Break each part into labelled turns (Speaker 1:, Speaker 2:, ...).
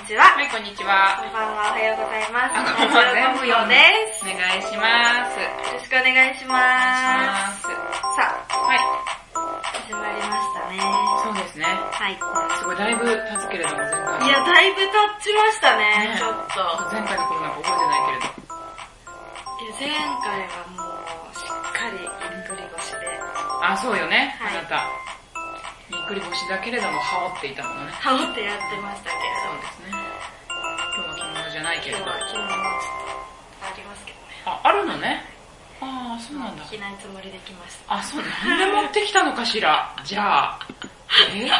Speaker 1: こんばんは、お
Speaker 2: は。
Speaker 1: はようございます。
Speaker 2: あの
Speaker 1: ラジオコンポで
Speaker 2: お願いします。
Speaker 1: す。よろしくお願いし
Speaker 2: お願い
Speaker 1: ま
Speaker 2: します。
Speaker 1: す。さあ、
Speaker 2: はい。
Speaker 1: 始まりましたね。
Speaker 2: そうですね。
Speaker 1: はい。
Speaker 2: すごい、だいぶ経つけれども、前回。
Speaker 1: いや、だいぶ経ちましたね、
Speaker 2: ね
Speaker 1: ちょっと。
Speaker 2: 前回のことなんか覚えてないけれ
Speaker 1: いや、
Speaker 2: ど。
Speaker 1: 前回はもう、しっかりインクリ腰で、
Speaker 2: あ、そうよね、
Speaker 1: はい
Speaker 2: あなた。びっくり腰だけれども、羽織っていたものね。
Speaker 1: 羽織ってやってましたけれ
Speaker 2: そう
Speaker 1: ども、
Speaker 2: ですね。今日は着物じゃないけ
Speaker 1: 今
Speaker 2: れ
Speaker 1: 日
Speaker 2: ど。
Speaker 1: は着物もちょっとありますけどね。
Speaker 2: あ、あるのね。ああ、そうなんだ。
Speaker 1: 着ないつもりで来ました。
Speaker 2: あ、そう、なんで持ってきたのかしら。じゃあ。 え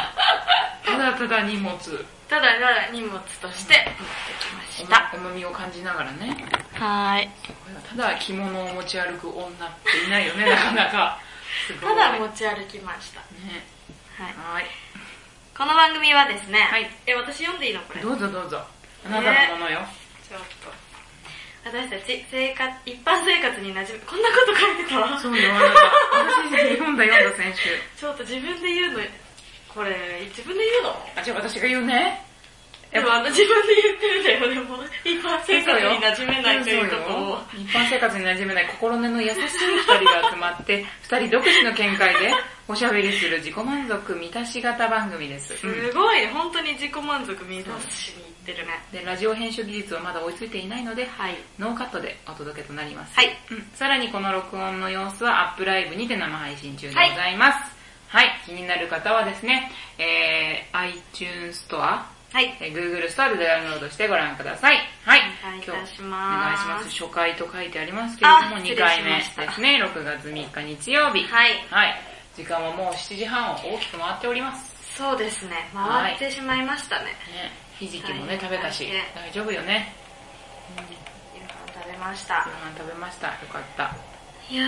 Speaker 2: ただただ荷物、
Speaker 1: ただただ荷物として持ってきま
Speaker 2: お
Speaker 1: した
Speaker 2: ま。重みを感じながらね。
Speaker 1: はーい。
Speaker 2: ただ着物を持ち歩く女っていない よね、なかなか。すごい。
Speaker 1: ただ持ち歩きました。
Speaker 2: ね、
Speaker 1: はい。
Speaker 2: はい。
Speaker 1: この番組はですね、
Speaker 2: はい
Speaker 1: え、私読んでいいのこれ。ちょ
Speaker 2: どうぞどうぞ。あなたのものよ。
Speaker 1: っと。私たち生活、一般生活に馴染む、こんなこと書いてたわ。
Speaker 2: そうよ、あなた。私、日本だ、読んだ先週。
Speaker 1: ちょっと自分で言うの、これ、自分で言うの
Speaker 2: あ、じゃあ私が言うね。
Speaker 1: でもあの自分で言ってるんだよ、でも。一般生活に馴染めないというこ
Speaker 2: そう
Speaker 1: とを
Speaker 2: よ。一般生活に馴染めない心根の優しい二人が集まって、二人独自の見解でおしゃべりする自己満足満たし型番組です。
Speaker 1: す
Speaker 2: うん
Speaker 1: ごい、本当に自己満足見出しに行ってるね。
Speaker 2: で、ラジオ編集技術はまだ追いついていないので、
Speaker 1: はい。
Speaker 2: ノーカットでお届けとなります。
Speaker 1: はい。
Speaker 2: うんさらにこの録音の様子は App ライブにて生配信中でございます。はい、気になる方はですね、えー、iTunes ストア、
Speaker 1: はい。
Speaker 2: えー Google ストアでダウンロードしてご覧ください。はい、
Speaker 1: お願いいた
Speaker 2: 今日
Speaker 1: し
Speaker 2: お願
Speaker 1: ま
Speaker 2: い
Speaker 1: す。
Speaker 2: します。初回と書いてありますけれど
Speaker 1: あ
Speaker 2: も、
Speaker 1: 失礼
Speaker 2: 2
Speaker 1: しました
Speaker 2: 回目ですね、6月3日日曜日。
Speaker 1: はい。
Speaker 2: はい、時間はもう7時半を大きく回っております。
Speaker 1: そうですね、回ってしまいましたね。
Speaker 2: ね、ひじきも
Speaker 1: は
Speaker 2: ね、
Speaker 1: い
Speaker 2: 食べたし
Speaker 1: はい、
Speaker 2: 大丈夫よね。
Speaker 1: 夕飯食べました
Speaker 2: ご。飯食べました。よかった。
Speaker 1: いやー、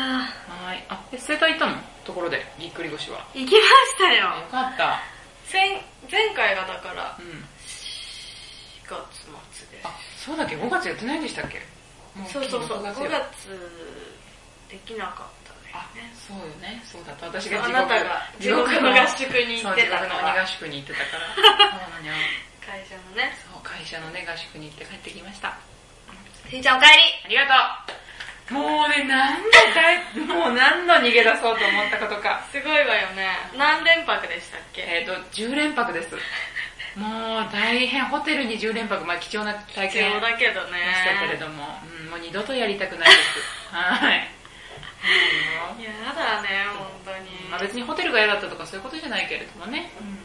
Speaker 2: はい。あ、え、生体行ったのところで、ぎっくり腰は。
Speaker 1: 行きましたよ。
Speaker 2: よかった。
Speaker 1: 前、前回がだから、
Speaker 2: うん。
Speaker 1: 4月末で。
Speaker 2: あ、そうだっけ ?5 月やってないんでしたっけも
Speaker 1: そうそうそう、
Speaker 2: 5
Speaker 1: 5
Speaker 2: 月
Speaker 1: 月
Speaker 2: よ。
Speaker 1: できなかった
Speaker 2: あ
Speaker 1: ね。、
Speaker 2: そうよね。そうだった。私が
Speaker 1: あ
Speaker 2: 地
Speaker 1: な
Speaker 2: 獄
Speaker 1: たが地獄の合宿に行ってた
Speaker 2: そう
Speaker 1: か
Speaker 2: 地獄の鬼
Speaker 1: ら、
Speaker 2: 合宿に行ってたから。そうなのよ。
Speaker 1: 会社のね。
Speaker 2: そう、会社のね、合宿に行って帰ってきました。あ
Speaker 1: しんちゃんお帰り
Speaker 2: りがとう。もうね、何の大、もう何の逃げ出そうと思ったことか。
Speaker 1: すごいわよね。何連泊でしたっけ
Speaker 2: えっ、と、10連泊 です。もう大変、ホテルに10連泊、まあ貴重な体
Speaker 1: 必
Speaker 2: 験
Speaker 1: 要だけど
Speaker 2: ましたけれ
Speaker 1: ね。
Speaker 2: ども、うん、もう二度とやりたくないで す。はい。うん
Speaker 1: いや、やだね、本当に。
Speaker 2: まあ、別にホテルが嫌だったとかそういうことじゃないけれどもね、うん、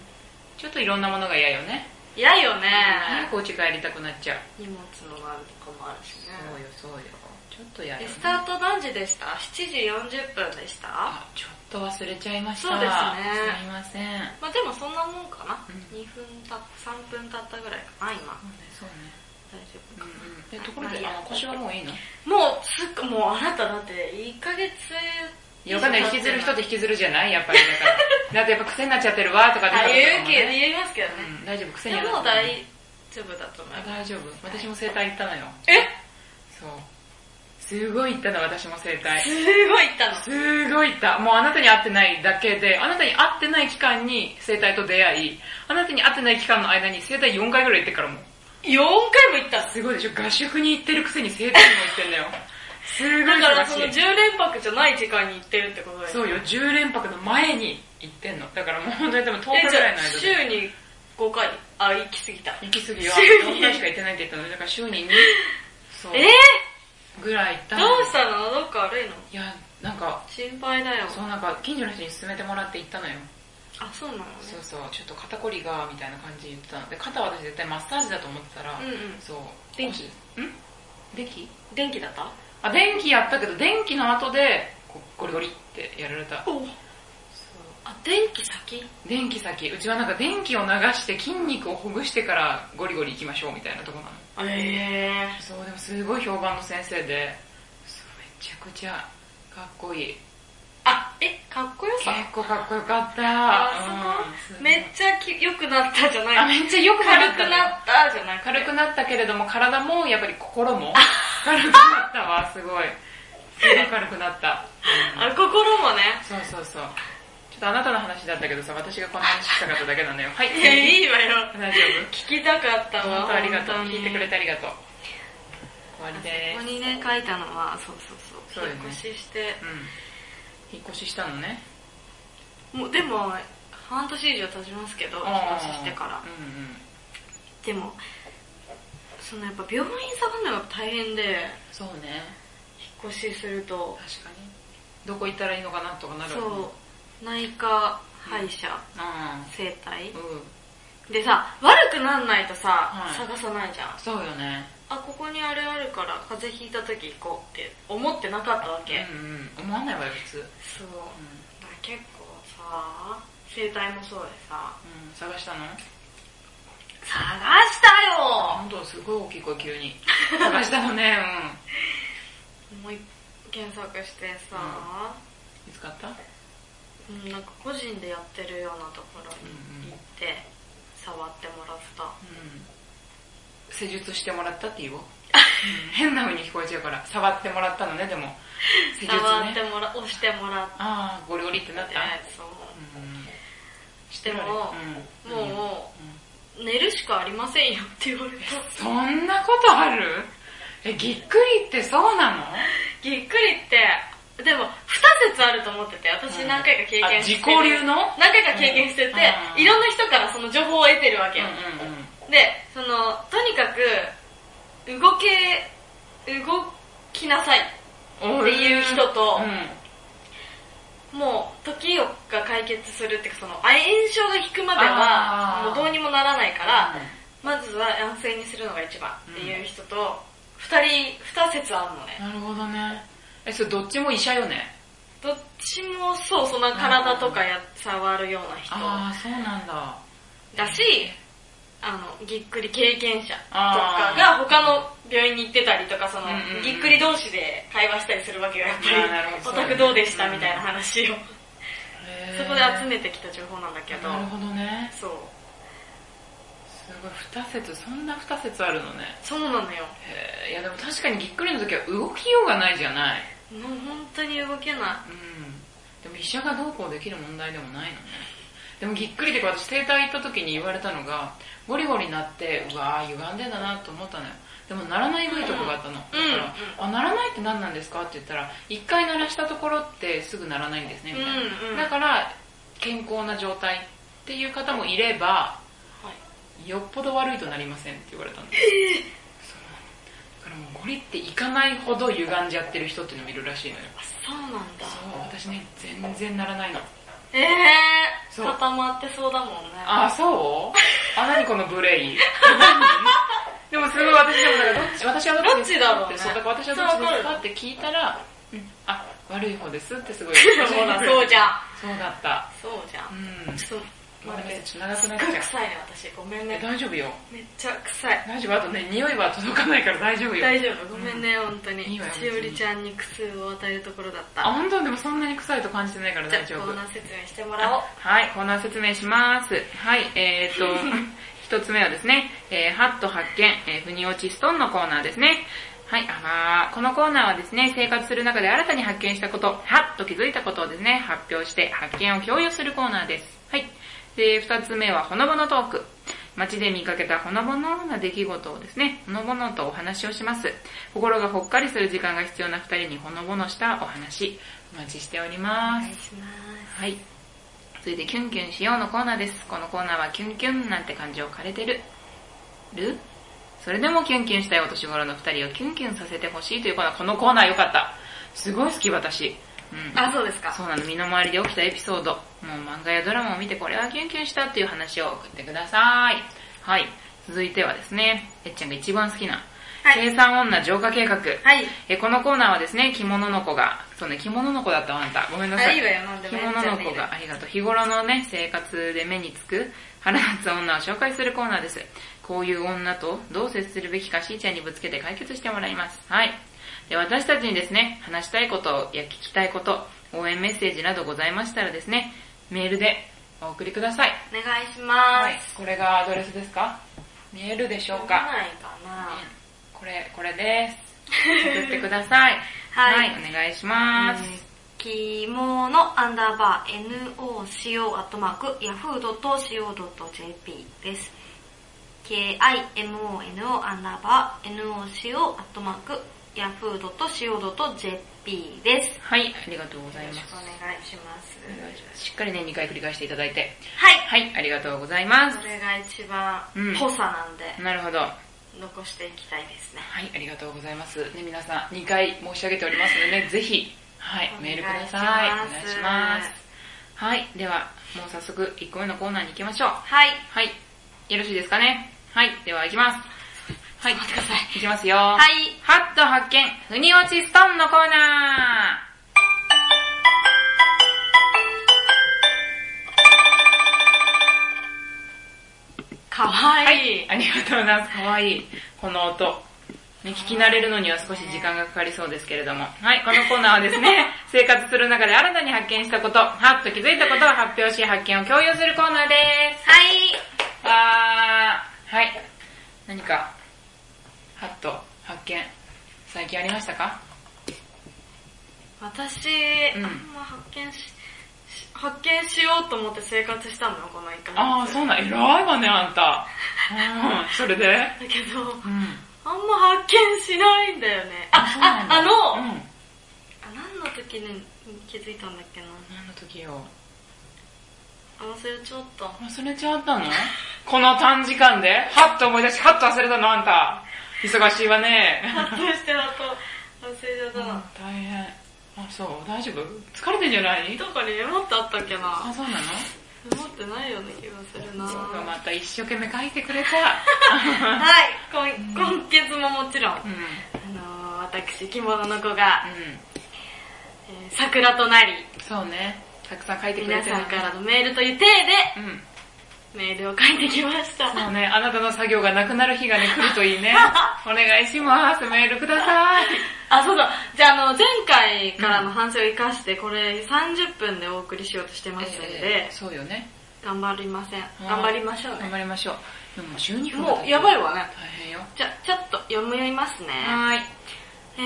Speaker 2: ちょっといろんなものが嫌よね。
Speaker 1: 嫌よ
Speaker 2: 早
Speaker 1: ね。
Speaker 2: くお家帰りたくなっちゃう。
Speaker 1: 荷物のなんとかもあるしね。
Speaker 2: そうよ、そうよ。ちょっと嫌よ、
Speaker 1: え
Speaker 2: ね。
Speaker 1: スタート何時でした ?7 時40分でした
Speaker 2: あ、ちょっと忘れちゃいました。
Speaker 1: そうですね
Speaker 2: すいません。
Speaker 1: まあでもそんなもんかな。
Speaker 2: うん
Speaker 1: 2分た、3分経ったぐらいかな、今
Speaker 2: そ。うね、そうね。
Speaker 1: 大丈夫か
Speaker 2: うんう
Speaker 1: な。
Speaker 2: ん。で、ところ
Speaker 1: ま
Speaker 2: で、
Speaker 1: あいいや
Speaker 2: あの、腰はもういいの
Speaker 1: もう、すっごもうあなただって、1ヶ月以上
Speaker 2: よかんない、引きずる人って引きずるじゃないやっぱりだ から。だってやっぱ癖になっちゃってるわとか
Speaker 1: あ、言うけど、
Speaker 2: ね。
Speaker 1: 言いますけどね。
Speaker 2: うん、大丈夫、癖
Speaker 1: で
Speaker 2: にはな
Speaker 1: も
Speaker 2: ってない
Speaker 1: 大丈夫だと思い
Speaker 2: あ
Speaker 1: ます。
Speaker 2: 大丈夫。私も整体行ったのよ。
Speaker 1: え
Speaker 2: そう。すごい行ったの、私も整体。
Speaker 1: すごい行ったの。
Speaker 2: すごい行った。もうあなたに会ってないだけで、あなたに会ってない期間に整体と出会い、あなたに会ってない期間の間に整体4回ぐらい行ってっからもう。
Speaker 1: 4回も行ったの。
Speaker 2: すごいでしょ合宿に行ってるくせに整体にも行ってんだよ。すごい
Speaker 1: だからその
Speaker 2: 忙し
Speaker 1: 10
Speaker 2: い。
Speaker 1: 連泊じゃない時間に行ってるってことです。
Speaker 2: そうよ、10連泊の前に行ってんの。だからもう本当にでも10日
Speaker 1: え、
Speaker 2: ぐ
Speaker 1: じゃ
Speaker 2: らいの
Speaker 1: あ
Speaker 2: 間で。
Speaker 1: 週に5回、あ、行き過ぎた。
Speaker 2: 行き過ぎは
Speaker 1: 週に
Speaker 2: 4回しか行ってないって言ったので、だから週に2、そう
Speaker 1: え、
Speaker 2: ぐらい行った
Speaker 1: ー、
Speaker 2: の
Speaker 1: どうしたのどっか悪いの
Speaker 2: いや、なんか、
Speaker 1: 心配だよ。
Speaker 2: そうなんか近所の人に勧めてもらって行ったのよ。
Speaker 1: あ、そうなのね。
Speaker 2: そうそう、ちょっと肩こりが、みたいな感じで言ってたので、肩は私絶対マッサージだと思ってたら、
Speaker 1: うんうん。
Speaker 2: そう。
Speaker 1: 電気
Speaker 2: ん電気
Speaker 1: 電気だった
Speaker 2: あ、電気やったけど、電気の後で、こうゴリゴリってやられた。
Speaker 1: おあ、電気先
Speaker 2: 電気先、うちはなんか電気を流して筋肉をほぐしてからゴリゴリ行きましょうみたいなとこなの。
Speaker 1: え
Speaker 2: そう、でもすごい評判の先生で、そうめちゃくちゃかっこいい。
Speaker 1: あ、え、かっこよ
Speaker 2: 結
Speaker 1: さ
Speaker 2: 構かっこよかった。
Speaker 1: あそこ
Speaker 2: うん
Speaker 1: めっちゃき良くなったじゃ
Speaker 2: あ、
Speaker 1: ない
Speaker 2: めっちゃよく
Speaker 1: 軽
Speaker 2: なっ
Speaker 1: く
Speaker 2: たね
Speaker 1: なったじゃない
Speaker 2: 軽くなったけれども、体も、やっぱり心も、軽くなったわ、すごい。すごい軽くなった。うん
Speaker 1: あ、心もね。
Speaker 2: そうそうそう。ちっとあなたの話だったけどさ、私がこの話したかっただけなのよ。はい、
Speaker 1: いや、いいわよ。
Speaker 2: 大丈夫
Speaker 1: 聞きたかったわ。
Speaker 2: 本当ありがとう。
Speaker 1: 本当に
Speaker 2: 聞いてくれてありがとう。終わりで
Speaker 1: こ
Speaker 2: す
Speaker 1: こ。にね、書いたのは、そうそうそ。
Speaker 2: そううよね
Speaker 1: 引っ越しして、
Speaker 2: うん。引っ越ししたのね。
Speaker 1: もうでも、半年以上経ちますけど、引っ越ししてから
Speaker 2: う。んうん。
Speaker 1: でも、そのやっぱ病院探るのが大変で、
Speaker 2: そうね。
Speaker 1: 引っ越しすると
Speaker 2: 確、かに。どこ行ったらいいのかなとかなるよね
Speaker 1: そう、内科、歯医者、
Speaker 2: うん。
Speaker 1: 整体。
Speaker 2: うん。
Speaker 1: でさ、悪くなんないとさ、
Speaker 2: はい
Speaker 1: 探さないじゃん。
Speaker 2: そうよね。
Speaker 1: あ、ここにあれあるから風邪ひいた時行こうって思ってなかったわけ。
Speaker 2: うんうん。思わないわよ、普通。うん。
Speaker 1: そう。だから結構さ、整体もそうでさ、
Speaker 2: うん、探したの
Speaker 1: 探したよ
Speaker 2: 本当すごい大きい声急 に。探したのね、う
Speaker 1: もう一検索してさ、
Speaker 2: ん。見つかったうん
Speaker 1: うんなんか個人でやってるようなところに行って、触ってもらった。
Speaker 2: 施術してもらったって言おう。うん変な風に聞こえちゃうから、触ってもらったのね、でも。施術
Speaker 1: 触って
Speaker 2: ね。
Speaker 1: もら、押してもらっ
Speaker 2: ああ、ゴリゴリってなってた。、
Speaker 1: そう。
Speaker 2: うん。
Speaker 1: でも、
Speaker 2: うん
Speaker 1: もう、
Speaker 2: うん
Speaker 1: 寝るしかありませんよって言われ た。
Speaker 2: そんなことあるえ、ぎっくりってそうなの
Speaker 1: ぎっくりって、でも、二説あると思ってて、私何回か経験してる。
Speaker 2: うんあ自己流の
Speaker 1: 何回か経験してて、
Speaker 2: うん
Speaker 1: いろんな人からその情報を得てるわけよ。
Speaker 2: うんうんうん。
Speaker 1: で、その、とにかく、動け、動きなさい。っていう人と
Speaker 2: うん
Speaker 1: もう、時をが解決するっていうか、その、あ炎症が引くまでは、
Speaker 2: あー
Speaker 1: もうどうにもならないから、まずは安静にするのが一番っていう人と、二人、二説あるのね。
Speaker 2: なるほどね。え、それどっちも医者よね。
Speaker 1: どっちもそう、その体とかや、触るような人。
Speaker 2: ああ、そうなんだ。
Speaker 1: だし、あの、ぎっくり経験者とか
Speaker 2: あー
Speaker 1: が他の病院に行ってたりとか、その
Speaker 2: うんうんう、ん
Speaker 1: ぎっくり同士で会話したりするわけよ、やっぱり
Speaker 2: あーなるほ。ど
Speaker 1: オタクどうでした
Speaker 2: うん
Speaker 1: みたいな話を。そこで集めてきた情報なんだけ
Speaker 2: け
Speaker 1: ど
Speaker 2: ど。、なるほどね。
Speaker 1: そう。
Speaker 2: すごい、二節、そんな二節あるのね。
Speaker 1: そうなのよ。
Speaker 2: へーいやでも確かにぎっくりの時は動きようがないじゃない。
Speaker 1: もう本当に動けな
Speaker 2: うん。でも医者がどうこうできる問題でもないのね。でもぎっくりで私整体行った時に言われたのが、ゴリゴリなって、うわぁ、歪んでんだなと思ったのよ。でもならないぐいとこがあったの。だから、あ、ならないって何なんですかって言ったら、一回鳴らしたところってすぐならないんですね、
Speaker 1: い。
Speaker 2: み
Speaker 1: う
Speaker 2: たいな。
Speaker 1: んうん。
Speaker 2: だから、健康な状態っていう方もいれば、
Speaker 1: はい
Speaker 2: よっぽど悪いとなりませんって言われた の。そうだからもうゴリっていかないほど歪んじゃってる人っていうのもいるらしいのよ。
Speaker 1: あそうなんだ。
Speaker 2: そう、私ね、全然ならないの。
Speaker 1: え
Speaker 2: そ
Speaker 1: ー、
Speaker 2: う
Speaker 1: 固まってそうだもんね。
Speaker 2: あ、そうあ、何このブレ イ。でもすごい私でもだからどっち、私はどっちですか
Speaker 1: どっちだろうね
Speaker 2: そう、だから私はどっちですかって聞いたら、うん、あ、悪い方ですってすごい言って
Speaker 1: そうだ、そうじゃん。
Speaker 2: そうだった。
Speaker 1: そうじゃ。
Speaker 2: うんん。
Speaker 1: ちょっと、
Speaker 2: ま
Speaker 1: 待
Speaker 2: だ
Speaker 1: っ
Speaker 2: ね
Speaker 1: て、。
Speaker 2: ちょっと長
Speaker 1: す
Speaker 2: く
Speaker 1: っ
Speaker 2: な
Speaker 1: ごい
Speaker 2: っちゃう。
Speaker 1: 臭いね、私。ごめん
Speaker 2: え、
Speaker 1: ね。
Speaker 2: 大丈夫よ。
Speaker 1: めっちゃ臭い。
Speaker 2: 大丈夫。あとね、匂いは届かないから大丈夫よ。
Speaker 1: 大丈夫、ごめんね、本当
Speaker 2: い
Speaker 1: に
Speaker 2: いわよ。
Speaker 1: しおりちゃんに苦痛を与えるところだっ
Speaker 2: あ、
Speaker 1: た。
Speaker 2: 本当でもそんなに臭いと感じてないから
Speaker 1: じゃ
Speaker 2: 大丈
Speaker 1: あ、コ
Speaker 2: 夫
Speaker 1: ーナ。ー説明してもらおう。
Speaker 2: はい、コーナー説明します。はい、え ー、と、一つ目はですね、えー、ハット発見、えー、腑に落ちストーンのコーナーですね。はい、あーこのコーナーはですね、生活する中で新たに発見したこと、はっと気づいたことをですね、発表して発見を共有するコーナーです。はい。で、二つ目はほのぼのトーク。街で見かけたほのぼのな出来事をですね、ほのぼのとお話をします。心がほっかりする時間が必要な二人にほのぼのしたお話、お待ちしております。
Speaker 1: いします。
Speaker 2: はい。続いて、キュンキュンしようのコーナーです。このコーナーは、キュンキュンなんて感情を枯れてる。るそれでもキュンキュンしたいお年頃の二人をキュンキュンさせてほしいというコーナー。このコーナー良かった。すごい好き、私。うん。
Speaker 1: あ、そうですか。
Speaker 2: そうなの、身の回りで起きたエピソード。もう漫画やドラマを見てこれはキュンキュンしたっていう話を送ってください。はい。続いてはですね、えっちゃんが一番好きな、
Speaker 1: はい
Speaker 2: 生産女浄化計画。
Speaker 1: はい。
Speaker 2: えこのコーナーはですね、着物の子が、そうね、着物の子だったわあんた。ごめんなさ
Speaker 1: あ
Speaker 2: い。
Speaker 1: いいわよなんでも
Speaker 2: 着物の
Speaker 1: やっちゃう
Speaker 2: 子
Speaker 1: ね
Speaker 2: が、ありがとう。日頃のね、生活で目につく腹立つ女を紹介するコーナーです。こういう女とどう接するべきかしーちゃんにぶつけて解決してもらいます。はい。で私たちにですね、話したいことや聞きたいこと、応援メッセージなどございましたらですね、メールでお送りください。
Speaker 1: お願いしま
Speaker 2: はい
Speaker 1: す。。
Speaker 2: これがアドレスですかメールでしょう
Speaker 1: 読
Speaker 2: か
Speaker 1: まないかな
Speaker 2: これ、これです。送ってください。
Speaker 1: はい
Speaker 2: お願いします。
Speaker 1: えーっきものアンダーバー NOCO アットマーク yahoo.co.jp です。kimono アンダーバー NOCO アットマーク yahoo.co.jp です。
Speaker 2: はい、ありがとうござい
Speaker 1: よろ
Speaker 2: ま
Speaker 1: し
Speaker 2: す
Speaker 1: くお。願いします。
Speaker 2: お願いしますしっかりね、2回繰り返していただいて。
Speaker 1: はい。
Speaker 2: はい、ありがとうございます
Speaker 1: そ。れが一番
Speaker 2: うん
Speaker 1: ぽさなんで、
Speaker 2: なるほど。
Speaker 1: 残していきたいですね。
Speaker 2: はい、ありがとうございます。ね、皆さん、2回申し上げておりますので、ね、ぜひ、はい、メールください。お願いします。はい、では、もう早速、1個目のコーナーに行きましょう。
Speaker 1: はい。
Speaker 2: はい、よろしいですかね。はい、では行きます。はい、
Speaker 1: ちょっと待ってください
Speaker 2: 行きますよ。
Speaker 1: はい。
Speaker 2: ハット発見、ふに落ちストーンのコーナ
Speaker 1: かわ
Speaker 2: ー。
Speaker 1: いい。
Speaker 2: ありがとうございます。かわいい。この音。ね、聞き慣れるのには少し時間がかかりそうですけれども。はい、このコーナーはですね、 生活する中で新たに発見したこと、ハッと気づいたことを発表し、発見を共有するコーナーです。
Speaker 1: はい。
Speaker 2: わー。はい。何か、ハッと発見、最近ありましたか
Speaker 1: 私、
Speaker 2: うん
Speaker 1: あんま発見し、し発見しようと思って生活したのよ、この1ヶ月。
Speaker 2: あー、そうなん、偉いわね、あんた。うん、それで
Speaker 1: だけど、
Speaker 2: うん。
Speaker 1: あんま発見しないんだよね。あ、
Speaker 2: そうな
Speaker 1: あ
Speaker 2: ん、だ
Speaker 1: あの、
Speaker 2: う
Speaker 1: あ
Speaker 2: ん
Speaker 1: 何の時に気づいたんだっけな。
Speaker 2: 何の時よ。
Speaker 1: あ忘れちゃった。
Speaker 2: 忘れちゃったのこの短時間ではっと思い出し、はっと忘れたの、あんた。忙しいわね。
Speaker 1: 発見してだと忘れちゃった
Speaker 2: うん
Speaker 1: な。
Speaker 2: 大変。あ、そう、大丈夫疲れてんじゃない
Speaker 1: どこにメモってあったっけ
Speaker 2: あ、
Speaker 1: な
Speaker 2: そうな
Speaker 1: メ
Speaker 2: の
Speaker 1: モってないような気がするな
Speaker 2: そうか、ま
Speaker 1: は
Speaker 2: た一生懸命書いてくれた。
Speaker 1: い、今今月ももちろん、あ
Speaker 2: うん。うん。
Speaker 1: のー、私、着物の子が、えー桜となり、
Speaker 2: そうね。たくさん書いてくれ
Speaker 1: 皆
Speaker 2: てるね
Speaker 1: さんからのメールという体で、
Speaker 2: うん。
Speaker 1: メールを書いてきました。
Speaker 2: そうね、あなたの作業がなくなる日がね、来るといいね。お願いします。メールください。
Speaker 1: あ、そうだ。じゃあ、あの、前回からの反省を生かして、これ30分でお送りしようとしてますん
Speaker 2: え
Speaker 1: で
Speaker 2: ー、そうよね。
Speaker 1: 頑張りません。頑張りましょう
Speaker 2: 頑
Speaker 1: ね。
Speaker 2: 張りましょう。でももう12分
Speaker 1: もう、やば
Speaker 2: い。
Speaker 1: いわね。
Speaker 2: 大変よ。
Speaker 1: じゃ、ちょっと読みますね。
Speaker 2: はーい。
Speaker 1: え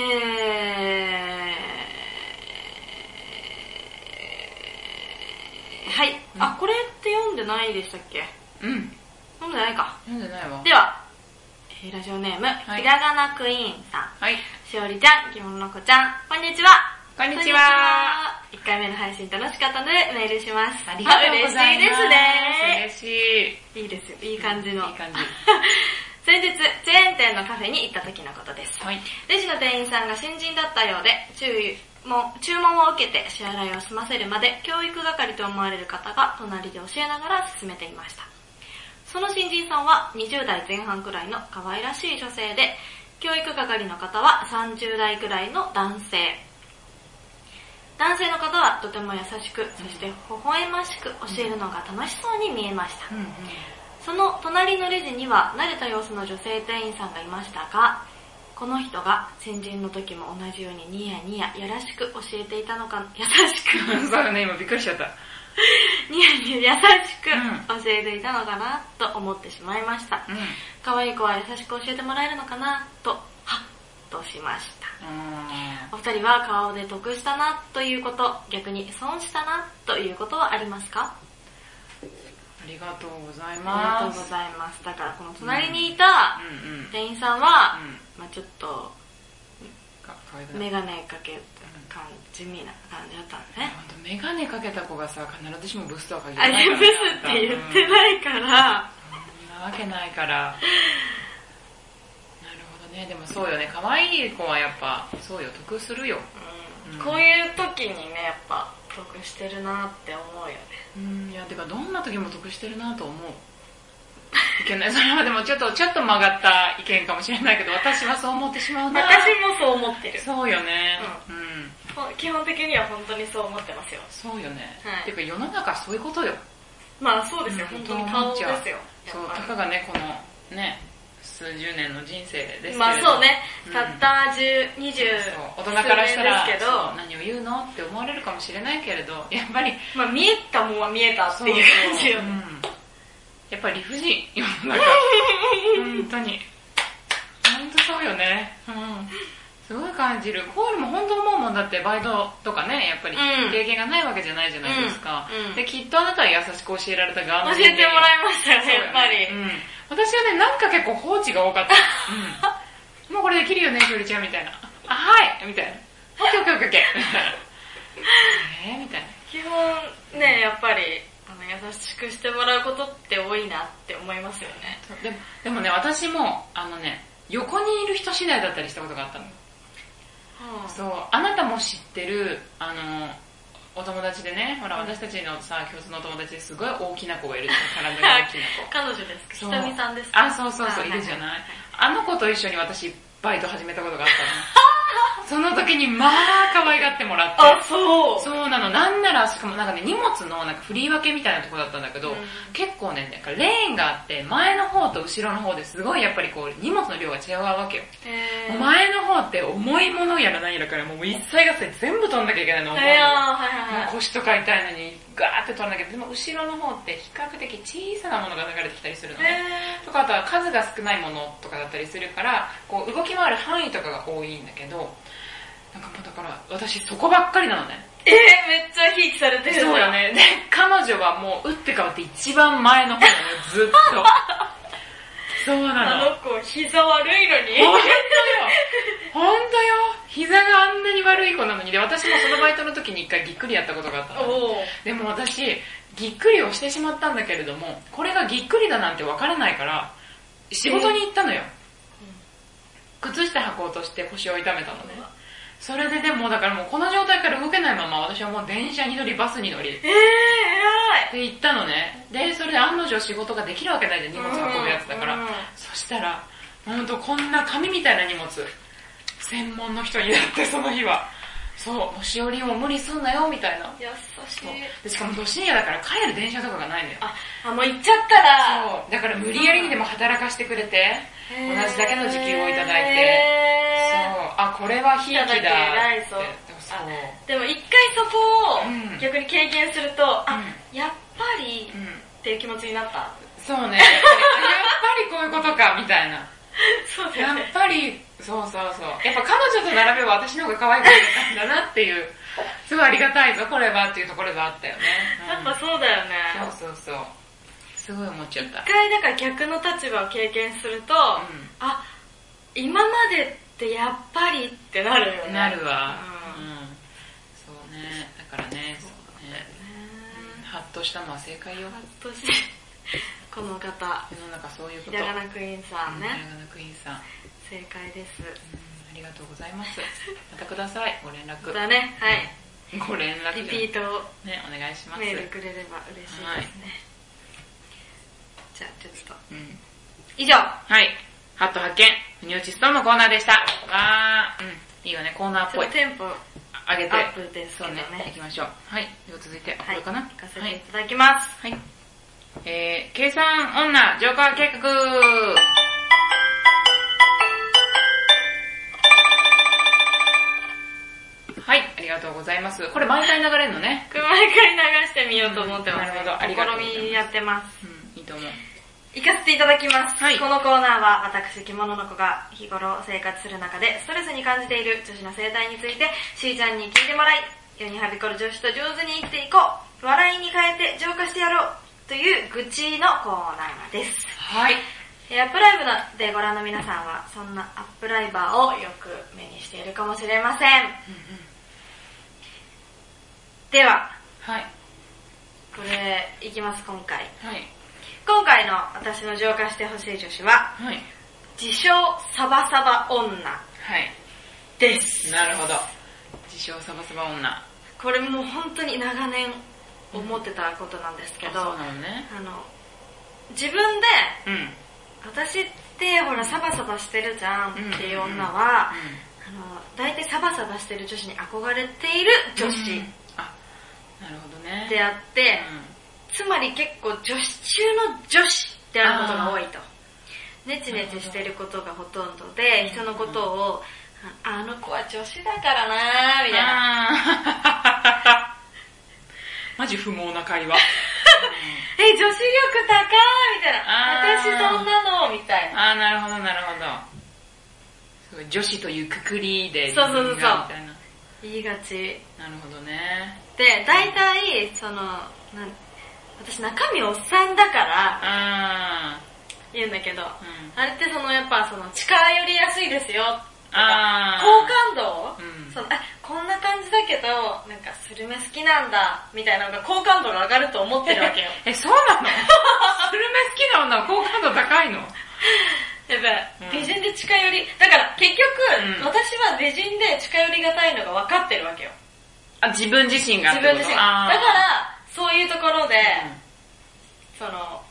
Speaker 1: ー、はい。あ、これって読んでないでしたっけ
Speaker 2: うん。
Speaker 1: 読んでないか。
Speaker 2: 読んでないわ。
Speaker 1: では、えーラジオネーム、
Speaker 2: い
Speaker 1: ひらがなクイーンさん。
Speaker 2: はい。
Speaker 1: しおりちゃん、きものこちゃん、こんにちは。
Speaker 2: こんにちは。
Speaker 1: こんにちは。1回目の配信楽しかったのでメールします。
Speaker 2: ありがとうございます。
Speaker 1: 嬉しいですね。いい
Speaker 2: す。嬉し
Speaker 1: ですよ、い
Speaker 2: い。
Speaker 1: い感じの。
Speaker 2: いい感じ。
Speaker 1: 先日、チェーン店のカフェに行った時のことです。
Speaker 2: はい。
Speaker 1: レジの店員さんが新人だったようで、注意も注文を受けて支払いを済ませるまで、教育係と思われる方が隣で教えながら進めていました。その新人さんは20代前半くらいの可愛らしい女性で、教育係の方は30代くらいの男性。男性の方はとても優しく、そして微笑ましく教えるのが楽しそうに見えました。
Speaker 2: うんうん。
Speaker 1: その隣のレジには慣れた様子の女性店員さんがいましたが、この人が先人の時も同じようにニヤニヤやらしく教えていたのか、優しく、
Speaker 2: そうだね、今びっくりしちゃった。
Speaker 1: ニヤニヤ優しく教えていたのかなと思ってしまいました
Speaker 2: う。ん。
Speaker 1: 可愛い子は優しく教えてもらえるのかなと、はっとしました。
Speaker 2: あ
Speaker 1: お二人は顔で得したなということ、逆に損したなということはありますか
Speaker 2: ーありがとうござい
Speaker 1: ありが
Speaker 2: ま
Speaker 1: とうご
Speaker 2: す。
Speaker 1: ざいます。だからこの隣にいた
Speaker 2: うんうん。うん。
Speaker 1: 店員さんは、
Speaker 2: か、
Speaker 1: まあちょっと、
Speaker 2: かわいくない。
Speaker 1: メガネかけた感じ、地味な感じだったんだね。
Speaker 2: ほんとメガネかけた子がさ、必ずしもブスとは限
Speaker 1: あ
Speaker 2: らない
Speaker 1: れ
Speaker 2: から
Speaker 1: ブ
Speaker 2: ね。
Speaker 1: スって言って
Speaker 2: い。
Speaker 1: ないから、
Speaker 2: そんなわけないから。なるほどね。でもそうよね。可愛い子はやっぱ、そうよ、得するよ。
Speaker 1: うん
Speaker 2: うん
Speaker 1: こういう時にね、やっぱ、得してるなって思うよね。
Speaker 2: うん、いや、てかどんな時も得してるなと思う。いけない。それはでもちょっと、ちょっと曲がった意見かもしれないけど、私はそう思ってしまうな。
Speaker 1: もそう思って
Speaker 2: そうよね。うん。
Speaker 1: 基本的には本当にそう思ってますよ。
Speaker 2: そうよね。
Speaker 1: はい
Speaker 2: てか世の中そういうことよ。
Speaker 1: まあそうですよ、
Speaker 2: うん
Speaker 1: 本当に顔ですよ。や
Speaker 2: そう、
Speaker 1: っぱ
Speaker 2: たかがね、この、ね、数十年の人生ですけれど
Speaker 1: まあそうね、
Speaker 2: うん
Speaker 1: たった10、20
Speaker 2: そう大人からしたら、
Speaker 1: 数年ですけど
Speaker 2: そう何を言うのって思われるかもしれないけれど、やっぱり、
Speaker 1: まあ見えたもんは見えたっていう感じよ
Speaker 2: う
Speaker 1: ね。
Speaker 2: んやっぱり理不尽、世 の中。本当に。本当そうよね。うん。すごい感じる。コールも本当思うもんだって、バイトとかね、やっぱり
Speaker 1: うん
Speaker 2: 経験がないわけじゃないじゃないですか。
Speaker 1: うんうん
Speaker 2: で、きっとあなたは優しく教えられた側
Speaker 1: 教えてもらいましたよ
Speaker 2: そう
Speaker 1: ね、やっぱり。
Speaker 2: うん。私はね、なんか結構放置が 多かった。うん。もうこれできるよね、ひよりちゃんみたいな。あ、はいみたいな。オッケーオッケーオッケーオッ ケー。みたいな。えーみたいな。
Speaker 1: 基本ね、やっぱり、あの、優しくしてもらうことって多いなって思いますよね。
Speaker 2: そうでもでもね、私も、あのね、横にいる人次第だったりしたことがあったの。
Speaker 1: う
Speaker 2: そう、あなたも知ってる、あの、お友達でね、ほら、私たちのさ、共通のお友達ですごい大きな子がいるじゃん、 体が大きな子。
Speaker 1: 彼女ですかひ
Speaker 2: そう
Speaker 1: とみさんですか
Speaker 2: あ、そうそうそう、いるじゃない。あの子と一緒に私、バイト始めたことがあったの。その時に、まあ、可愛がってもらって。
Speaker 1: あ、そう。
Speaker 2: そうなの、なんなら、しかもなんかね、荷物のなんか振り分けみたいなとこだったんだけど、
Speaker 1: うん
Speaker 2: 結構ね、なんかレーンがあって、前の方と後ろの方ですごいやっぱりこう、荷物の量が違うわけよ。
Speaker 1: へー。
Speaker 2: 前の方って重いものやらないやらから、もう一切合切全部取んなきゃいけないの、重いの
Speaker 1: へーあーはいはい
Speaker 2: も
Speaker 1: は
Speaker 2: う腰とか痛いのに、ガーって取らなきゃ、でも後ろの方って比較的小さなものが流れてきたりするの
Speaker 1: い。
Speaker 2: ね。
Speaker 1: へ
Speaker 2: とかあとは数が少ないものとかだったりするから、こう動き回る範囲とかが多いんだけど、なんかもうだから私そこばっかりなのね。
Speaker 1: ー。えー、めっちゃひいきされてる。
Speaker 2: そうよ。ね。で、彼女はもう打って変わって一番前の方なのよ、ずっと。そうなの。
Speaker 1: あの子、膝悪いのに。
Speaker 2: 本当よ。本当よ。膝があんなに悪い子なのに。で、私もそのバイトの時に一回ぎっくりやったことがあったの。
Speaker 1: おー。
Speaker 2: でも私、ぎっくりをしてしまったんだけれども、これがぎっくりだなんてわからないから、仕事に行ったのよ。靴下履こうとして腰を痛めたのね。それででも、だからもうこの状態から動けないまま私はもう電車に乗り、バスに乗り、
Speaker 1: えー、偉い。
Speaker 2: で行ったのね。で、それで案の定仕事ができるわけないじゃん、荷物運ぶやつだから。
Speaker 1: うんうん
Speaker 2: そしたら、ほんとこんな紙みたいな荷物、専門の人になって、その日は。そう、もうしおりを無理すんなよ、みたいな。
Speaker 1: 優し
Speaker 2: そう
Speaker 1: い。
Speaker 2: でしかも都心夜だから帰る電車とかがないのよ。
Speaker 1: あ、あ、もう行っちゃったら。
Speaker 2: そう、だから無理やりにでも働かしてくれて、
Speaker 1: へー
Speaker 2: 同じだけの時給をいただいて、そう
Speaker 1: へー、
Speaker 2: あ、これはひいきだって。
Speaker 1: いただけ偉いぞ
Speaker 2: そう。
Speaker 1: でも一回そこ
Speaker 2: うん
Speaker 1: を逆に経験すると、あ、やっぱり
Speaker 2: う
Speaker 1: っ
Speaker 2: ん。
Speaker 1: ていう気持ちになった。
Speaker 2: そうね、やっぱりこういうことか、みたいな。
Speaker 1: そうだ
Speaker 2: や
Speaker 1: よ
Speaker 2: っ
Speaker 1: ね。
Speaker 2: ぱり、そうそうそう。やっぱ彼女と並べば私の方が可愛くなったんだなっていう、すごいありがたいぞ、これはっていうところがあったよね。
Speaker 1: やっぱそうだよね。
Speaker 2: うんそうそうそう。すごい思っちゃった。
Speaker 1: 一回だから逆の立場を経験すると、
Speaker 2: ん
Speaker 1: あ、今までってやっぱりってなるよね。
Speaker 2: なるわ。う
Speaker 1: うん
Speaker 2: ん。そうね、だからね、そうね。うんハッとしたのは正解よ。
Speaker 1: 私、 この方、
Speaker 2: 世の中そういうこ
Speaker 1: ひ
Speaker 2: と。
Speaker 1: らがなクイーンさん
Speaker 2: うんひ
Speaker 1: ね、
Speaker 2: らがなクイーンさん。うん
Speaker 1: 正解です。
Speaker 2: ありがとうございます。またください、ご連絡。
Speaker 1: だね、はい。
Speaker 2: ご連絡
Speaker 1: リ
Speaker 2: じゃ
Speaker 1: ピ
Speaker 2: ない
Speaker 1: ートを
Speaker 2: ね、お願いします。
Speaker 1: メールくれれば嬉しいですね。
Speaker 2: はい
Speaker 1: じゃあ、ちょっと。
Speaker 2: うん
Speaker 1: 以上
Speaker 2: はい。ハット発見、ふにおちストーンのコーナーでした。わー、うん。いいよね、コーナーっ
Speaker 1: ち
Speaker 2: ぽ
Speaker 1: ょっ
Speaker 2: い
Speaker 1: と。テンポ
Speaker 2: 上げて。
Speaker 1: アップですけ
Speaker 2: そう
Speaker 1: どね
Speaker 2: ね。。行きましょう。はい。では続いて、あ、こ
Speaker 1: はい、
Speaker 2: れかな
Speaker 1: 行かせ
Speaker 2: は
Speaker 1: てい
Speaker 2: い。
Speaker 1: ただきます。
Speaker 2: はい。えー、計算女、ジョーカー計画はい、ありがとうございます。これ毎回流れるのね。
Speaker 1: これ毎回流してみようと思ってます。
Speaker 2: なるほどありがとうございます
Speaker 1: 試みやってます。
Speaker 2: うん、いいと思う。
Speaker 1: 行かせていただきます。
Speaker 2: はい
Speaker 1: このコーナーは私、着物の子が日頃生活する中でストレスに感じている女子の生態について、しーちゃんに聞いてもらい、世にはびこる女子と上手に生きていこう、笑いに変えて浄化してやろう、という愚痴のコーナーです。
Speaker 2: はい。
Speaker 1: えーアップライブなでご覧の皆さんは、そんなアップライバーをよく目にしているかもしれません。では、
Speaker 2: はい。
Speaker 1: これ、いきます、今回。
Speaker 2: はい。
Speaker 1: 今回の私の浄化してほしい女子は、
Speaker 2: はい。
Speaker 1: 自称サバサバ女
Speaker 2: はい。
Speaker 1: です。
Speaker 2: なるほど。自称サバサバ女。あ
Speaker 1: これもう本当に長年思ってたことなんですけど、
Speaker 2: そう
Speaker 1: あ
Speaker 2: なのね。
Speaker 1: の、自分で、
Speaker 2: うん。
Speaker 1: 私ってほらサバサバしてるじゃんっていう女
Speaker 2: う
Speaker 1: は、
Speaker 2: ん。
Speaker 1: あの、大体サバサバしてる女子に憧れている女
Speaker 2: う
Speaker 1: 子
Speaker 2: んあ、なるほどね。
Speaker 1: であって、つまり結構女子中の女子であることが多いと。ネチネチしてることがほとんどで、人のことを、ああの子は女子だからなー
Speaker 2: う
Speaker 1: みた
Speaker 2: ん。
Speaker 1: いな。
Speaker 2: あー マジ不毛な会話。
Speaker 1: え、女子力高ーみたいな。
Speaker 2: あー
Speaker 1: 私そんなのみたいな。
Speaker 2: あー、なるほど、なるほど。女子というくくりで、
Speaker 1: そうそうそうそう
Speaker 2: 自分がみたいな。
Speaker 1: 言いがち。
Speaker 2: なるほどね。
Speaker 1: で、大体、その、なん私中身おっさんだから
Speaker 2: あ
Speaker 1: 言うんだけど、
Speaker 2: ー、うん。
Speaker 1: あれってそのやっぱその近寄りやすいですよとか
Speaker 2: あー
Speaker 1: 好感度を、
Speaker 2: うん
Speaker 1: そのあこんな感じだけどなんかスルメ好きなんだみたいなのが好感度が上がると思ってるわけよ
Speaker 2: え、そう なのスルメ好きな女は好感度高いの
Speaker 1: やっぱ、
Speaker 2: うん
Speaker 1: 美人で近寄りだから結局、
Speaker 2: うん
Speaker 1: 私は美人で近寄りがたいのが分かってるわけよ
Speaker 2: あ、自分自身がっ
Speaker 1: 自
Speaker 2: てこ
Speaker 1: 分
Speaker 2: と
Speaker 1: 自身だ
Speaker 2: あ
Speaker 1: か
Speaker 2: ー
Speaker 1: らそういうところで、
Speaker 2: うん
Speaker 1: その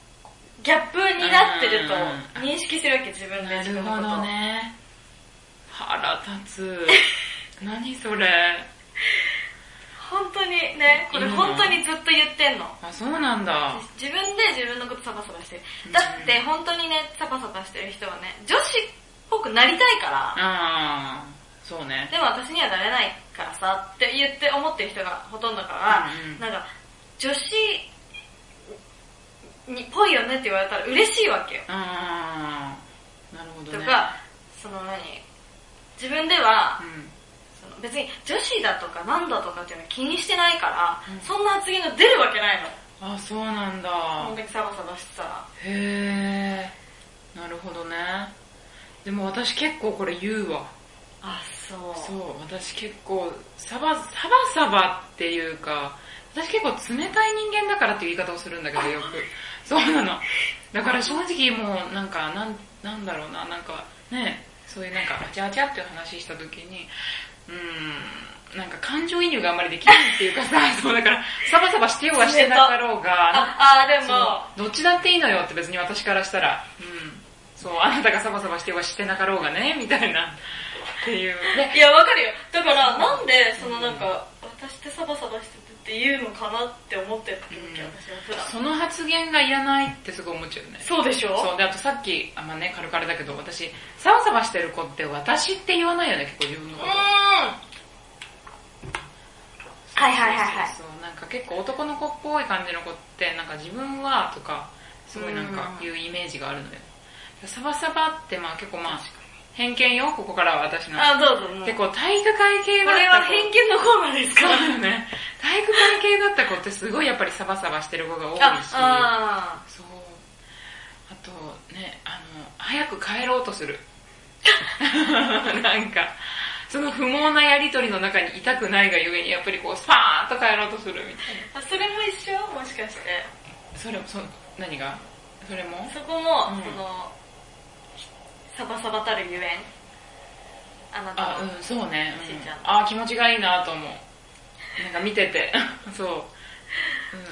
Speaker 1: ギャップになってると
Speaker 2: う
Speaker 1: 認識するわけ自分で
Speaker 2: な
Speaker 1: 自
Speaker 2: る
Speaker 1: 分のこ
Speaker 2: ほ
Speaker 1: とを
Speaker 2: どね。腹 立つ。何それ。
Speaker 1: 本当にねこれ本当にずっと言ってんの、
Speaker 2: あ、そうなんだ。
Speaker 1: 自分で自分のことサバサバしてる。だって本当にね、サバサバしてる人はね、女子っぽくなりたいから、
Speaker 2: あー、そうね。
Speaker 1: でも私にはなれないからさって言って思ってる人がほとんどから、
Speaker 2: うんうん
Speaker 1: なんか、女子にぽいよねって言われたら嬉しいわけよ。
Speaker 2: あー、なるほど
Speaker 1: と
Speaker 2: ね。
Speaker 1: か、その何、自分では
Speaker 2: う、ん。
Speaker 1: その別に女子だとかなんだとかっていうのは気にしてないから、
Speaker 2: うん
Speaker 1: そんな発言が出るわけないの。
Speaker 2: あ、そうなんだ。
Speaker 1: 本当にサバサバしてたら。
Speaker 2: へー、なるほどね。でも私結構これ言うわ。
Speaker 1: あ、そう。
Speaker 2: そう、私結構、サバ、サバサバっていうか、私結構冷たい人間だからっていう言い方をするんだけどよ く。そうなの。だから正直もうなんか、なん、なんだろうな、なんかね、そういうなんか、あちゃあちゃっていう話した時に、うーん、なんか感情移入があんまりできないっていうかさ、 そうだから、サバサバしてようがしてなかろうが、
Speaker 1: あ、あ、でも、
Speaker 2: そうどっちだっていいのよって別に私からしたら、うん。そう、あなたがサバサバしてようがしてなかろうがね、みたいな。っていう。で
Speaker 1: いや、わかるよ。だから、なんで、そのなんか、私ってサバサバしててって言うのかなって思ってた時、私は普段。
Speaker 2: その発言がいらないってすごい思っちゃうよね。
Speaker 1: そうでしょ
Speaker 2: そう、で、あとさっき、あ、まあね、軽々だけど、私、サバサバしてる子って私って言わないよね、結構自分の
Speaker 1: う
Speaker 2: こ
Speaker 1: ーん。
Speaker 2: と。
Speaker 1: ははいはいはいはい
Speaker 2: そうそうそう、なんか結構男の子っぽい感じの子って、なんか自分はとか、すごいなんか
Speaker 1: うん
Speaker 2: いうイメージがあるのよ。サバサバって、まあ結構まあ、偏見よ、ここからは私の。
Speaker 1: あ、どうぞ、もう。
Speaker 2: 結
Speaker 1: こ
Speaker 2: 構体育会系
Speaker 1: れ
Speaker 2: だった子
Speaker 1: は偏見のコーナーですか
Speaker 2: そうだよね。体育会系だった子ってすごいやっぱりサバサバしてる子が多いし。
Speaker 1: あ、あ
Speaker 2: そう。あとね、あの、早く帰ろうとする。 なんか、その不毛なやりとりの中にいたくないがゆえに、やっぱりこう、スパーッと帰ろうとするみたい
Speaker 1: ーあ。それも一緒もしかして。
Speaker 2: な。それも、そ、何がそれも
Speaker 1: そこも、
Speaker 2: うん
Speaker 1: その、サバサバたるゆえん。あなた
Speaker 2: あ、
Speaker 1: は。
Speaker 2: うん、そうね。
Speaker 1: しーちゃん
Speaker 2: うん、あー、気持ちがいいなと思う。なんか見てて。 そう。うん、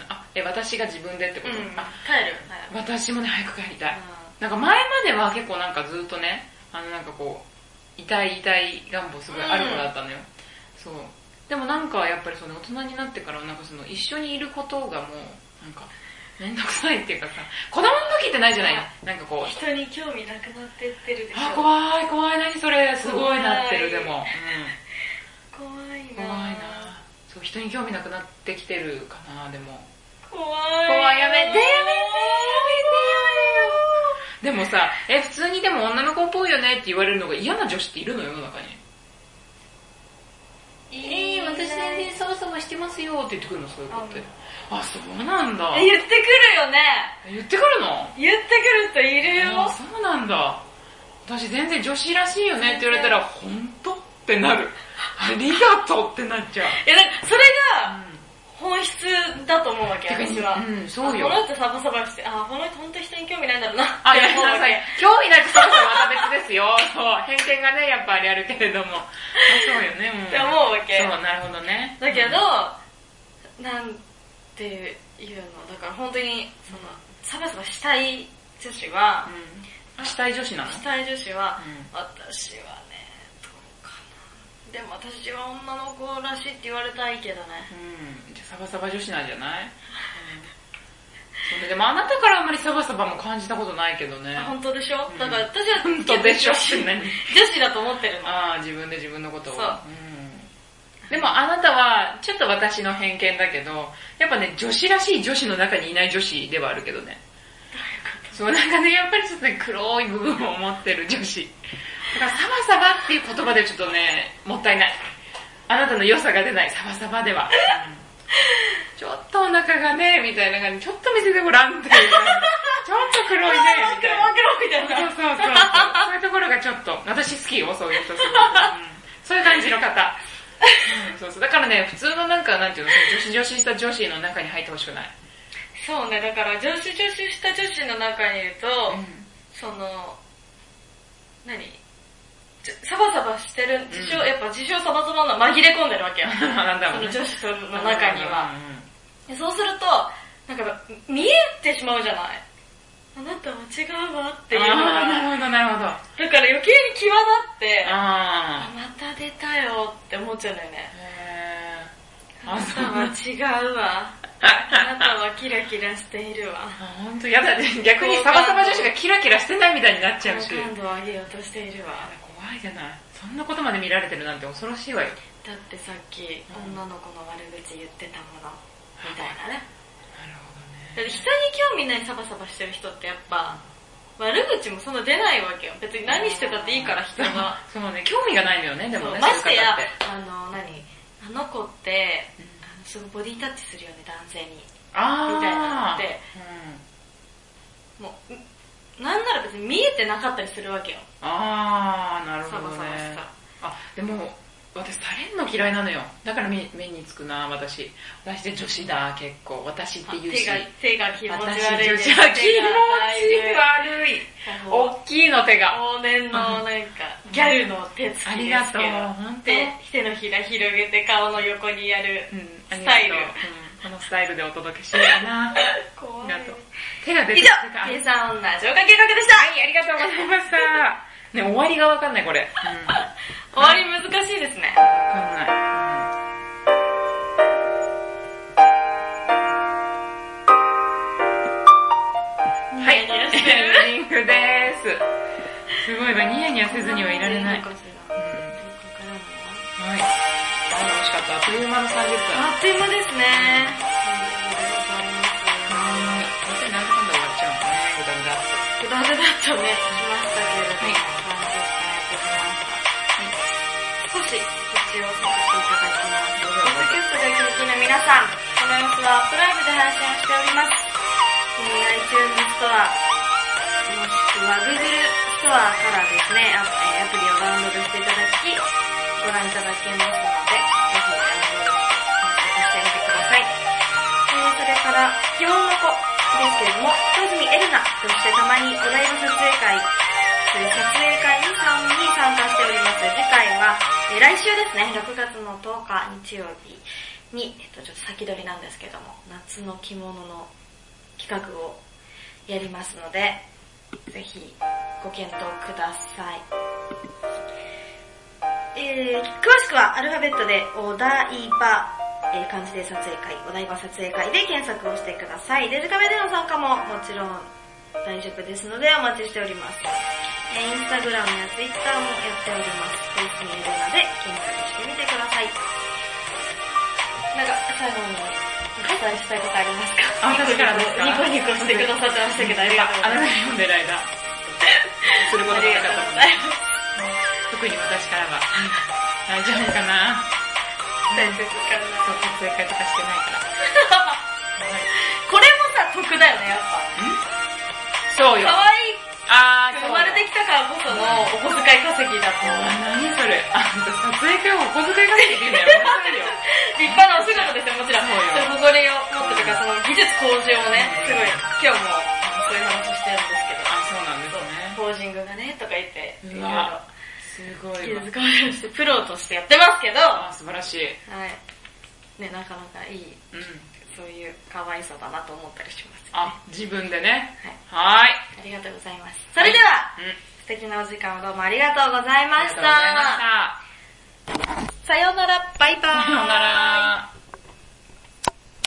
Speaker 2: あ、え、私が自分でって
Speaker 1: う
Speaker 2: こと、
Speaker 1: ん。
Speaker 2: あ、
Speaker 1: 帰る。はい
Speaker 2: 私もね、早く帰りたい。
Speaker 1: うん
Speaker 2: なんか前までは結構なんかずっとね、あのなんかこう、痛い痛い願望すごいある子だったのよ。そう。でもなんかやっぱりその大人になってからはなんかその一緒にいることがもう、なんか、めんどくさいっていうかさ、子供の時ってないじゃないなんかこう、
Speaker 1: 人に興味なくなってってるでしょ。
Speaker 2: あ、怖い怖い何それ、すごいなってる、で
Speaker 1: 怖い
Speaker 2: も。
Speaker 1: 怖
Speaker 2: う
Speaker 1: い
Speaker 2: ん。
Speaker 1: な
Speaker 2: 怖いなそう、人に興味なくなってきてるかな、でも。
Speaker 1: 怖い
Speaker 2: 怖い、やめて、やめて、やめてでもさ、え、普通にでも女の子っぽいよねって言われるのが嫌な女子っているの世の中に。
Speaker 1: いい
Speaker 2: サバサバしてますよって言ってくるの、そういう
Speaker 1: 子って。
Speaker 2: あ、そうなんだ。
Speaker 1: 言ってくるよね
Speaker 2: 言ってくるの
Speaker 1: 言ってくる人いるよ
Speaker 2: あそうなんだ。私全然女子らしいよねって言われたら、ほんとってなる。ありがとうってなっちゃう。
Speaker 1: いや、だからそれが本質だと思うわけ、
Speaker 2: てか
Speaker 1: 私は。
Speaker 2: うんそうよ
Speaker 1: あこの人サバサバして、あ、この人本当に人に興味ないんだろうな。
Speaker 2: あ、やめ
Speaker 1: って思う
Speaker 2: な
Speaker 1: わ
Speaker 2: さい
Speaker 1: け。
Speaker 2: 興味なくさとはまた別ですよ。そう、偏見がね、やっぱりあるけれども。あそうよね、うん。
Speaker 1: って思うわけ。
Speaker 2: そう、なるほどね。
Speaker 1: だけど、なんていうの、だから本当に、その、サバサバしたい女子は、
Speaker 2: うん、死体女子なの
Speaker 1: したい女子は、
Speaker 2: うん
Speaker 1: 私はね、どうかな。でも私は女の子らしいって言われたいけどね。
Speaker 2: うん。じゃあサバサバ女子なんじゃない、うん、それでもあなたからあんまりサバサバも感じたことないけどね
Speaker 1: あ。本当でしょ、
Speaker 2: うん
Speaker 1: だから私は
Speaker 2: 本当でしょ
Speaker 1: 女子
Speaker 2: って何
Speaker 1: 女子だと思ってるの。
Speaker 2: ああ、自分で自分のことを。
Speaker 1: そうん
Speaker 2: でもあなたは、ちょっと私の偏見だけど、やっぱね、女子らしい女子の中にいない女子ではあるけどね。そう、なんかね、やっぱりちょっとね、黒い部分を持ってる女子。だから、サバサバっていう言葉ではちょっとね、もったいない。あなたの良さが出ない、サバサバでは。ちょっとお腹がね、みたいな感じ、ちょっと見せてごらんっていう。ちょっと黒いね、みたい
Speaker 1: 黒
Speaker 2: な。
Speaker 1: みた
Speaker 2: そうそうそうそう。そういうところがちょっと、私好きよ、そういう人すごい、うんそういう感じの方。うん、そうそう。だからね、普通のなんか、なんていうの、女子女子した女子の中に入ってほしくない。
Speaker 1: そうね、だから女子女子した女子の中にいると、その、何じゅサバサバしてる、自称、
Speaker 2: うん
Speaker 1: やっぱ自称サバサバな紛れ込んでるわけよ。
Speaker 2: なんだ
Speaker 1: そ
Speaker 2: ろう
Speaker 1: の
Speaker 2: ね。
Speaker 1: 女子の中には。でそうすると、なんか見えてしまうじゃないあなたは違うわっていう
Speaker 2: あ
Speaker 1: の
Speaker 2: あ
Speaker 1: が、
Speaker 2: ー、なるほど、なるほど。
Speaker 1: だから余計に際立って、あ
Speaker 2: あ
Speaker 1: また出たよって思っちゃうんだよね
Speaker 2: ー。。へー
Speaker 1: あ
Speaker 2: あ、
Speaker 1: な
Speaker 2: そ
Speaker 1: た
Speaker 2: う
Speaker 1: は違うわ。あなたはキラキラしているわ。
Speaker 2: あ本当やだね。逆にサバサバ女子がキラキラしてないみたいになっちゃ
Speaker 1: 好
Speaker 2: うし。
Speaker 1: 感度を上げようとしているわ。
Speaker 2: 怖いじゃない。そんなことまで見られてるなんて恐ろしいわよ。
Speaker 1: だってさっき、女の子の悪口言ってたもの。みたいなね。
Speaker 2: なるほ
Speaker 1: だって人に興味ないサバサバしてる人ってやっぱ、悪口もそんな出ないわけよ。別に何してたっていいから人が。
Speaker 2: ど ね。そうね、興味がないのよね、でも
Speaker 1: そう
Speaker 2: ね。
Speaker 1: ま
Speaker 2: そう
Speaker 1: して
Speaker 2: いう
Speaker 1: や
Speaker 2: 方って、
Speaker 1: あの、何あの子って、
Speaker 2: うん
Speaker 1: あのすごいボディタッチするよね、男性に。
Speaker 2: あー。
Speaker 1: みたいなのって
Speaker 2: うん
Speaker 1: もう、んなんなら別に見えてなかったりするわけよ。
Speaker 2: あー、なる
Speaker 1: サバ
Speaker 2: ほ
Speaker 1: サ
Speaker 2: ど
Speaker 1: バし
Speaker 2: ね
Speaker 1: た。。
Speaker 2: あ、でも、私されんの嫌いなのよ。だから目目につくな、私。私で女子だ、結構。私って言う
Speaker 1: 手
Speaker 2: し。
Speaker 1: が、手が気持ち悪い
Speaker 2: 私
Speaker 1: ね。
Speaker 2: 女子
Speaker 1: 手が
Speaker 2: は気持ち悪い。
Speaker 1: もう
Speaker 2: 大きいの手が。
Speaker 1: 往年のなんか、ギャルの手つきですけど。
Speaker 2: ありがとう本当
Speaker 1: で、手のひら広げて顔の横にやる。
Speaker 2: うん、あり
Speaker 1: ス
Speaker 2: が
Speaker 1: タ
Speaker 2: と
Speaker 1: イル
Speaker 2: う。うんこのスタイルでお届けしようか な。
Speaker 1: 怖い
Speaker 2: ありがとう。手が出て
Speaker 1: 以
Speaker 2: き
Speaker 1: 上
Speaker 2: た、
Speaker 1: 計算女上官計画でした
Speaker 2: はい、ありがとうございました。ね、終わりがわかんない、これ。うん。わ
Speaker 1: 終わり難しいですね。
Speaker 2: かんない。うん
Speaker 1: ニヤニヤして
Speaker 2: はい、エ
Speaker 1: る。
Speaker 2: ンディングです。すごいわ、ニヤニヤ せずにはいられない。
Speaker 1: よ
Speaker 2: うん
Speaker 1: く
Speaker 2: は
Speaker 1: わ
Speaker 2: い。
Speaker 1: からないな
Speaker 2: あの、美味しかった。あっという間の30分。
Speaker 1: あっという間ですね。
Speaker 2: はい。本当になんだかんだ終わっちゃうのね、ぐだぐだっと。
Speaker 1: ぐだぐだっとね、来ましたけれども、30分やってきました。少し告知をさせていただきます。ポッドキャストでお聞きの皆さん、この様子はアップライブで配信をしております。えー iTunes ストア、もしくは Google ストアからですね、アえーアプリをダウンロードしていただき、ご覧いただけますので、ぜひ、あの、検索してみてください。えーそれから、基本の子ですけれども、小泉エルナとしてたまにお台場撮影会、そういう撮影会に参に参加しております。次回は、えー来週ですね、6月の10日日曜日に、えっと、ちょっと先取りなんですけども、夏の着物の企画をやりますので、ぜひご検討ください。えー、詳しくはアルファベットでお台場、えー、漢字で撮影会、お台場撮影会で検索をしてください。デルカメでの参加ももちろん大丈夫ですのでお待ちしております。えー、インスタグラムやツイッターもやっております。フェイスメールまで検索してみてください。なんか、最後にお伝えしたいことありますか
Speaker 2: あ私からですか
Speaker 1: ニコニコしてくださってましたけど、ありがとうご
Speaker 2: あ
Speaker 1: ざいま
Speaker 2: なた
Speaker 1: す。
Speaker 2: 読んでる間。すること
Speaker 1: あ
Speaker 2: が
Speaker 1: り
Speaker 2: な
Speaker 1: が
Speaker 2: か
Speaker 1: とう
Speaker 2: っ
Speaker 1: ござ
Speaker 2: たの
Speaker 1: い
Speaker 2: で
Speaker 1: ます。
Speaker 2: 特に私からは。大丈夫かな
Speaker 1: 大丈夫かな
Speaker 2: そう、撮影会とかしてないから。はい
Speaker 1: これもさ、得だよね、やっぱ。
Speaker 2: そうよ。
Speaker 1: 可愛い
Speaker 2: あー、
Speaker 1: 生まれてきたからこそのお小遣い稼ぎだと
Speaker 2: そう
Speaker 1: 思う。
Speaker 2: 何それ。あんた撮影会をお小遣いができるんだよ。面白いよ。
Speaker 1: 立派なお仕事ですよ、もちろん。
Speaker 2: そうよ
Speaker 1: ちょっと誇りを持ってとか、その技術向上をね、すごい、今日もあのそういう話してるんですけど、
Speaker 2: あ、そうなんです
Speaker 1: そう
Speaker 2: ね。
Speaker 1: ポージングがね、とか言って、いろ
Speaker 2: う
Speaker 1: い
Speaker 2: わ
Speaker 1: ろ
Speaker 2: すごいわ
Speaker 1: 技術。向上して、プロとしてやってますけど、は
Speaker 2: あ、素晴らしい。
Speaker 1: い。ね、なかなかいい、
Speaker 2: うん。
Speaker 1: そういう可愛さだなと思ったりします。は
Speaker 2: あ、自分でね。
Speaker 1: い。
Speaker 2: は
Speaker 1: ありがとうございます。それでは、
Speaker 2: ーい。うん。
Speaker 1: 素敵なお時間をどうもありがとうござい
Speaker 2: あ
Speaker 1: ま
Speaker 2: りが
Speaker 1: し。
Speaker 2: とうございましたた。
Speaker 1: さようなら、バイバーイ。
Speaker 2: さようなら。